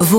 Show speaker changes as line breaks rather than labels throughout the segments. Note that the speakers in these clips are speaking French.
Vous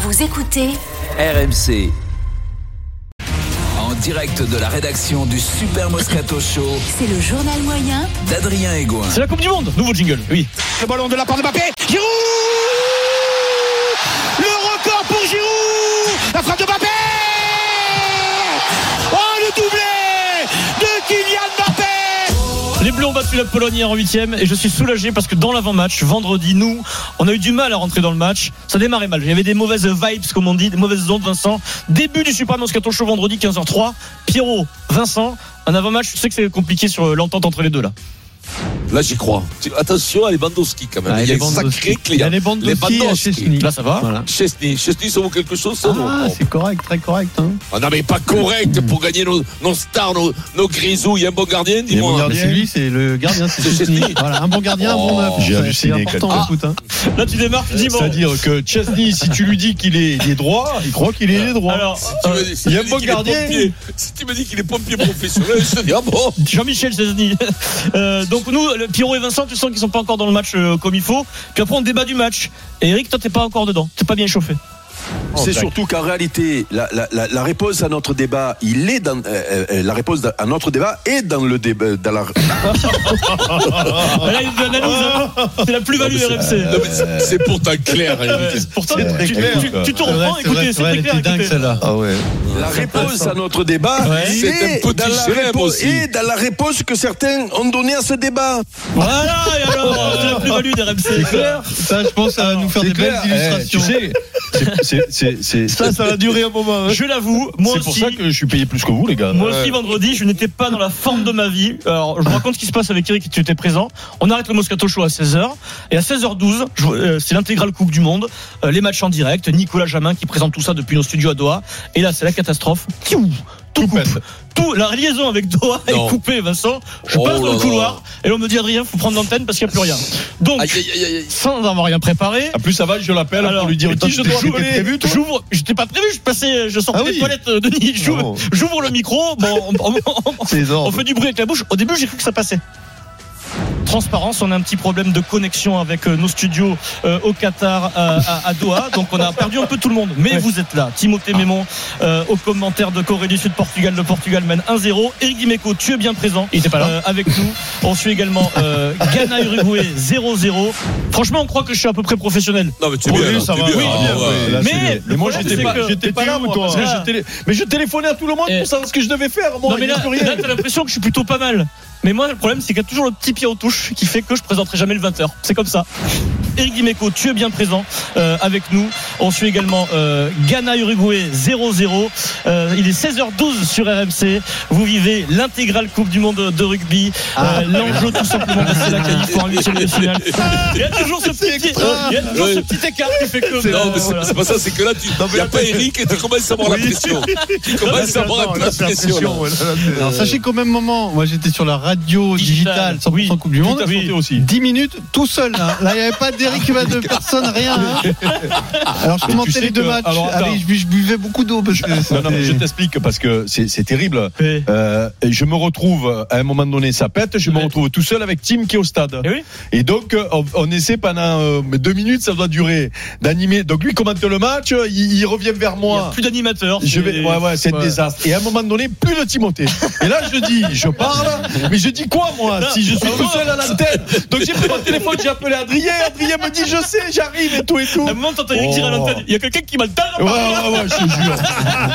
Vous écoutez
RMC. En direct de la rédaction du Super Moscato Show
C'est le journal moyen
d'Adrien Egoin.
C'est la Coupe du Monde, nouveau jingle, oui.
Le ballon de la part de Mbappé. Giroud Le record pour Giroud La frappe de Mbappé Oh le doublé de Kylian Mbappé
Les Bleus ont battu la Pologne hier en huitième et je suis soulagé parce que dans l'avant-match, vendredi, nous, on a eu du mal à rentrer dans le match. Ça démarrait mal. Il y avait des mauvaises vibes, comme on dit, des mauvaises ondes, Vincent. Début du Super Moscato Show vendredi 15h03. Pierrot, Vincent, un avant-match, je sais que c'est compliqué sur euh, l'entente entre les deux là.
Là, j'y crois. Tu- Attention à Lewandowski quand même.
Ah,
il y a
les
un sacré
Il y a
client.
les bandes de filles à
Lewandowski.
Chesney.
Là, ça va.
Voilà.
Chesney, Chesney, ça vaut quelque chose, ça non
Ah, c'est correct, très correct. Hein.
Ah non, mais pas correct pour gagner nos, nos stars, nos, nos grisous. Il y a un bon gardien, dis-moi.
Bah, c'est lui, c'est le gardien, c'est
C'est
Chesney.
Chesney.
Voilà, un bon gardien, un
Oh,
bon neuf.
j'ai
C'est-
halluciné, Ah,
C'est important
Claude.
le foot. Hein.
Là, tu démarres, tu dis bon.
C'est-à-dire que Chesney, si tu lui dis qu'il est, il est droit, il croit qu'il est, il est droit.
Alors,
Tu
euh,
me dis- si
il y a
tu me
un bon
dis qu'il est
gardien.
pompier- Si tu me dis qu'il est pompier professionnel, je te dis, ah bon
Jean-Michel Chesney. Euh, donc nous, le Pierrot et Vincent, tu sens qu'ils sont pas encore dans le match euh, comme il faut. Puis après, on débat du match. Et Eric, toi, t'es pas encore dedans. T'es pas bien chauffé.
C'est
Jack.
surtout qu'en réalité, la, la- la- la réponse à notre débat, il est dans euh, euh, la réponse à notre débat est dans le débat dans la.
Là, il y a une analyse, hein. C'est la plus-value RMC.
Non, mais c'est- C'est pourtant clair.
Euh,
Eric.
Pourtant,
c'est très
tu,
clair,
tu-
quoi.
tu te
C'est vrai,
reprends,
c'est vrai,
écoutez,
c'est
c'est
vrai,
très
elle
clair.
était dingue
écoutez.
celle-là.
Ah ouais.
La réponse à notre débat
Ouais.
est
C'est un petit
dans la
célèbre
réponse,
aussi.
et dans la réponse que certains ont donnée à ce débat.
Voilà, et alors, euh, c'est la plus-value des RMC.
Ça, je pense, ça va nous faire
C'est
des belles
clair. Eh, tu
illustrations.
sais, c'est- c'est- c'est- c'est-
ça, ça va durer un moment. hein.
Je l'avoue, moi
c'est pour
aussi.
ça que je suis payé plus que vous, les gars.
Moi aussi, vendredi, je n'étais pas dans la forme de ma vie. Alors, je vous raconte ce qui se passe avec Eric, tu étais présent. On arrête le Moscato Show à 16h. Et à 16h12, je- euh, c'est l'intégrale Coupe du Monde, euh, les matchs en direct. Nicolas Jamin qui présente tout ça depuis nos studios à Doha. Et là, c'est la catastrophe. Tiou tout coupe. Tout, la liaison avec Doha
Non.
est coupée, Vincent. Je
Oh
passe
là
dans le
là.
couloir et on me dit Adrien, faut prendre l'antenne parce qu'il n'y a plus rien. Donc,
Aïe, aïe, aïe, aïe.
sans avoir rien préparé,
En plus, ça va, je l'appelle pour lui dire
mais
Tiens,
je
t'es
dois
t'étais
voler.
prévu, toi
J'ouvre, j'étais pas prévu, je passais, je sortais
Ah oui.
des toilettes, euh, Denis. J'ouvre,
bon.
j'ouvre le micro, bon, on, on- on-
C'est
on
énorme.
fait du bruit avec la bouche. Au début, j'ai cru que ça passait. Transparence, on a un petit problème de connexion avec euh, nos studios euh, au Qatar, euh, à, à Doha, donc on a perdu un peu tout le monde. Mais vous êtes là, Timothée
Ah.
Mémon, euh, au commentaire de Corée du Sud, Portugal, le Portugal mène 1-0. Eric Dimeco, tu es bien présent
Il était pas là.
euh, avec nous. On suit également euh, Ghana Uruguay 0-0. Franchement, on croit que je suis à peu près professionnel.
Non, mais tu es
Oui,
bien. là,
ça
tu es
va.
bien,
oui,
ah
bien,
ouais.
oui, là,
Mais
c'est bien.
le
mais moi,
problème,
j'étais
c'est
pas,
que-
j'étais pas là,
T'étais où,
moi.
toi
parce que
Ah.
je télé- Mais je téléphonais à tout le monde
Eh.
pour savoir ce que je devais faire. Moi,
non mais
il y a
là,
plus rien.
là, t'as l'impression que je suis plutôt pas mal. Mais moi le problème c'est qu'il y a toujours le petit pied aux touches qui fait que je présenterai jamais le 20h. C'est comme ça. Eric Dimeco, tu es bien présent euh, avec nous. On suit également euh, Ghana Uruguay 0-0. Euh, il est 16h12 sur RMC. Vous vivez l'intégrale Coupe du Monde de rugby. Euh,
Ah.
L'enjeu tout simplement de c'est la qualif en huitième de finale. Ah, Il y a toujours ce petit, euh, il y a toujours ce petit écart qui fait que. euh,
Non, mais
Voilà.
c'est- c'est pas ça, c'est que Oh. là, tu n'y a pas Eric et tu commences à avoir la pression. Tu commences à avoir un peu la pression. là.
Alors, sachez qu'au même moment, moi, j'étais sur la radio
Digital.
digitale 100%
Oui.
Coupe du
Tout
Monde.
a sauté aussi.
10 minutes tout seul. hein. Là, il n'y avait pas d'Eric, pas de personne, rien. hein. Alors, je
Mais tu
commentais
sais
les deux
que-
matchs.
alors, attends.
Allez, je, bu- je buvais beaucoup d'eau. parce que
Non, non, mais je
c'était-
t'explique parce que c'est c'est terrible.
Eh.
Euh, et je me retrouve à un moment donné, ça pète. Je me
Ouais.
retrouve tout seul avec Tim qui est au stade.
Eh oui.
Et donc euh, on, on essaie pendant euh, deux minutes, ça doit durer, d'animer. Donc lui commente le match, euh, il, il revient vers
Il n'y a
moi.
plus d'animateur.
Je vais,
c'est-
ouais, ouais, c'est un désastre. Et à un moment donné, plus de Timothée. Et là, je dis, je parle, mais je dis quoi, moi, si je suis tout seul à l'antenne? Donc, j'ai pris mon téléphone, j'ai appelé Adrien, Adrien me dit, je sais, j'arrive, et tout, et tout.
À un moment, t'entends Eric
Oh.
dire à l'antenne, il y a quelqu'un qui m'a le talent.
Ouais, ouais, ouais, je te jure.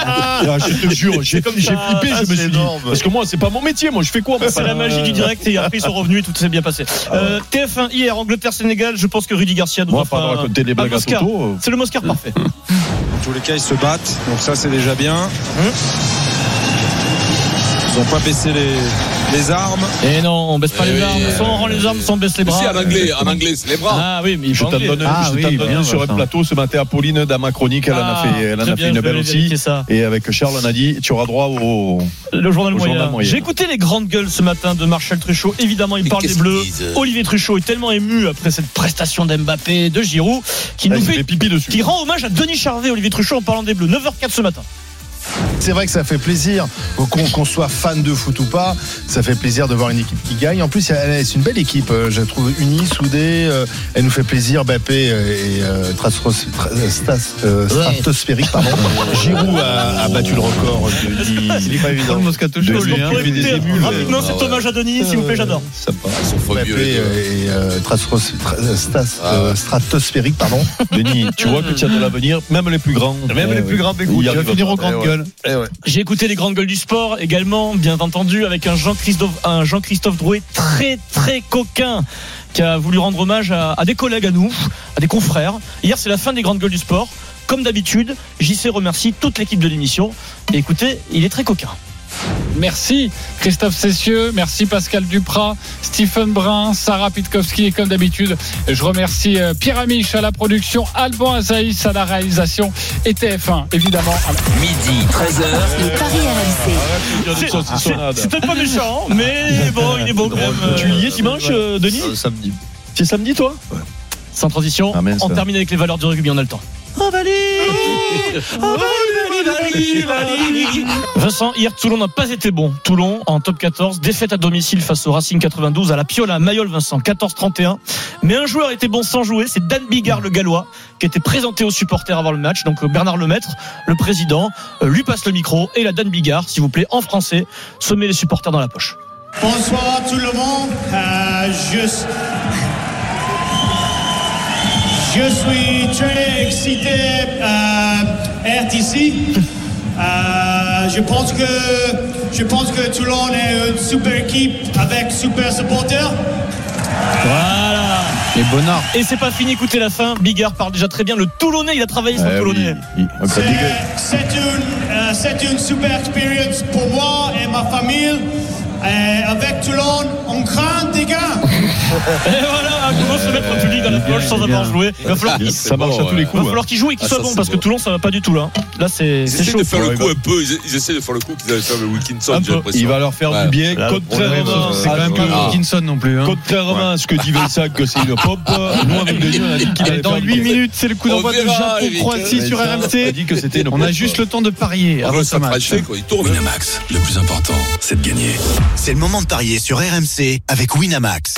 Ah, je te jure, j'ai j'ai
ça.
flippé,
Ah,
je me
c'est
suis dit. Parce que moi, c'est pas mon métier, moi, je fais quoi moi,
C'est la
pendant-
magie du direct et après ils sont revenus et tout s'est bien passé. Euh, TF1 hier, Angleterre-Sénégal, je pense que Rudy Garcia nous
Ah Moi,
offre
pas
un-
de raconter des
un
blagues à
Oscar.
Toto. euh,
C'est le Moscar parfait.
En tous les cas, ils se battent,
Hein
donc ça c'est déjà bien. Ils n'ont pas baissé les, les armes.
Et non, on baisse pas
Eh
les
oui,
armes.
euh,
Soit on rend les armes, soit on baisse les
Mais
bras.
si, en anglais, en anglais, c'est les bras.
Ah oui, mais il
Je
faut
t'en
anglais.
donne,
Ah
je
oui,
t'en donne
bien,
une sur un
Vincent.
plateau ce matin. Apolline, dans ma chronique, elle en
Ah,
a fait, elle en
très
a
bien,
fait une
je
belle
vais
aussi.
vérifier ça.
Et avec Charles, on a dit tu auras droit au.
Le journal
Au
moyen.
journal moyen.
J'ai écouté les grandes gueules ce matin de Marshall Truchot. Évidemment, il
Mais
parle des
qu'est-ce qu'ils
Bleus.
disent euh
Olivier Truchot est tellement ému après cette prestation d'Mbappé, de Giroud, qui
Ah,
nous
il fait
fait,
pipi dessus.
qui rend hommage à Denis Charvet, Olivier Truchot, en parlant des Bleus. 9h04 ce matin.
C'est vrai que ça fait plaisir, qu'on qu'on soit fan de foot ou pas, ça fait plaisir de voir une équipe qui gagne. En plus, elle- c'est une belle équipe, euh, je la trouve unie, soudée, euh, elle nous fait plaisir, Bappé et euh, Trastros- Tra- euh, Stas- euh, stratosphérique, pardon. Giroud
Ah.
a, a battu le record de 10
Il est pas évident. Moscato
Show,
Show,
Deux lui,
lui.
hein.
Pour
il y a des
éviter,
émules,
rapidement
euh,
cet
ah ouais.
hommage à Denis, s'il vous plaît, j'adore.
Ils sont
Bappé
fabuleux. les
et
deux.
euh, Trastros- Tra- euh, Stas-
Ah,
euh, stratosphérique, pardon.
Denis, tu vois
euh,
que tu as de l'avenir, même les plus grands.
Même les plus grands
Il
écoute,
y
il
a
va
du
finir
vent.
aux grandes gueules.
J'ai écouté les grandes gueules du sport également, bien entendu, avec un Jean-Christophe un Jean-Christophe Drouet très très coquin qui a voulu rendre hommage à, à des collègues à nous, à des confrères. Hier, c'est la fin des grandes gueules du sport. Comme d'habitude, JC remercie toute l'équipe de l'émission. Et écoutez, il est très coquin.
Merci Christophe Cessieux, merci Pascal Duprat, Stephen Brun, Sarah Pitkowski et comme d'habitude, je remercie euh, Pierre Amiche à la production, Alban Azaïs à la réalisation et TF1 évidemment. à la-
Midi 13h,
Les paris RMC.
C'est- C'est
Ah,
c'est peut-être pas méchant, mais bon, il est beau quand même. Tu y es dimanche, euh, Denis
Samedi.
C'est samedi, toi
Ah
Sans transition,
Amen,
on
Ah, ça.
termine avec les valeurs du rugby, on a le temps. Vincent, hier Toulon n'a pas été bon. Toulon en top 14, défaite à domicile face au Racing 92 à la Piola à Mayol Vincent 14-31. Mais un joueur était bon sans jouer, c'est Dan Bigard le Gallois qui était présenté aux supporters avant le match. Donc euh, Bernard Lemaître, le président, euh, lui passe le micro et la Dan Bigard, s'il vous plaît, en français, se met les supporters dans la poche.
Bonsoir tout le monde. Euh, je, je suis très excité euh, d'être ici. Euh, je pense que je pense que Toulon est une super équipe avec super supporters.
Voilà.
Les bonards.
Et c'est pas fini, écoutez la fin. Bigard parle déjà très bien. Le Toulonnais, il a travaillé sur le
Eh oui,
Toulonnais.
il- on peut
C'est
dire que-
Euh, c'est une, euh, c'est une super expérience pour moi et ma famille. Et avec Toulon, on craint des gars.
Et voilà, un gros se mettre au public dans la poche sans avoir joué. Il va
Ah,
falloir qu'il
Ça marche à tous les
Il va
coups. hein.
falloir qu'il joue et qu'il
Ah,
soit
ça,
bon
c'est
parce que
beau.
Toulon ça va pas du tout là. Là c'est
Ils
c'est
essaient
chaud.
de faire le
Ouais,
coup un peu. Ils, ils essaient de faire le coup qu'ils avaient fait avec Wilkinson,
Un
j'ai
peu. Il
l'impression.
va leur faire
Ouais.
du bien,
Là, le problème, euh,
contrairement
c'est
à
quand même
ce
pas
que-
Wilkinson non plus. hein.
Contrairement à ce que dit Vincent, que c'est une pompe, nous, avec Denis, on a dit qu'il
Allez,
allait
dans
faire
8
du bien.
minutes, c'est le coup
On
d'envoi de
verra, Eric.
Japon-Croatie
Mais
sur
ça, On a
RMC.
dit que c'était une
On a
pompe.
juste le temps de parier
On
avant
le
ce match.
s'attracher, quoi. Ils tournent.
Winamax, le plus important, c'est de gagner.
C'est le moment de parier sur RMC avec Winamax.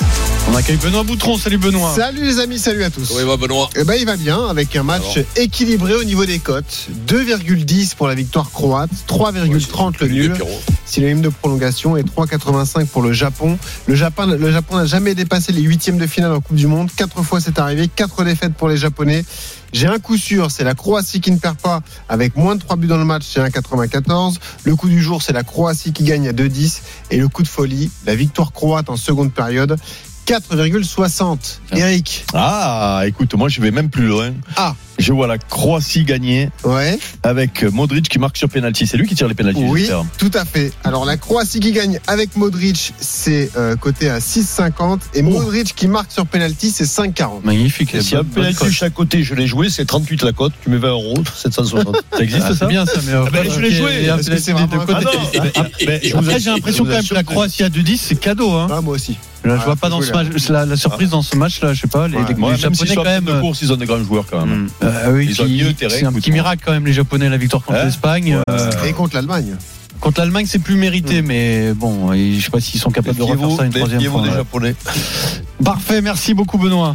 On accueille Benoît Boutron. Salut
Ah.
Benoît.
Salut les amis, salut à tous.
Comment il va, Benoît
Eh ben, il va bien avec un match équilibré au niveau des cotes. 2,10 pour la victoire croate, 3,30 le nul,
Pierrot.
synonyme de prolongation, et 3,85 pour le Japon. Le Japon, le Japon n'a jamais dépassé les huitièmes de finale en Coupe du Monde. Quatre fois c'est arrivé, quatre défaites pour les Japonais. J'ai un coup sûr, c'est la Croatie qui ne perd pas avec moins de 3 buts dans le match, c'est 1,94. Le coup du jour, c'est la Croatie qui gagne à 2,10. Et le coup de folie, la victoire croate en seconde période, 4,60. Eric,
Ah, écoute, moi je vais même plus loin.
Ah.
Je vois la Croatie gagner
ouais
avec Modric qui marque sur penalty. C'est lui qui tire les penalties.
Oui, tout à fait. Alors la Croatie qui gagne avec Modric, c'est euh, coté à 6,50 et Modric qui marque sur penalty, c'est 5,40.
Magnifique.
Si un penalty chaque côté, je l'ai joué, c'est 38 la cote. Tu mets 20 euros, 760. Ça existe
C'est
ça
bien ça, mais. euh,
ben, je l'ai
ok,
joué.
il y a
Est-ce que
peut-être
c'est
des deux
vraiment
côtés.
un
Ah, mais je vous
Après,
ai-
j'ai
l'impression quand même que la Croatie à 2-10, c'est cadeau. Hein.
Ah, moi aussi.
Là,
Ah,
je vois pas dans
oui,
ce
là.
match, la, la surprise dans ce match-là, je sais pas. Les,
Ouais.
les
Moi, même
Japonais
s'ils sont
quand
en
même.
de course, ils ont des grands joueurs quand même.
euh, oui,
Ils ont
qui-
mieux terrain,
c'est un petit
écoute-moi.
miracle quand même les Japonais la victoire contre
Hein
l'Espagne. Euh,
Et contre l'Allemagne.
contre l'Allemagne c'est plus mérité,
Hmm.
mais bon, et je sais pas s'ils sont capables de refaire ça une troisième fois.
des Japonais.
Parfait, merci beaucoup Benoît.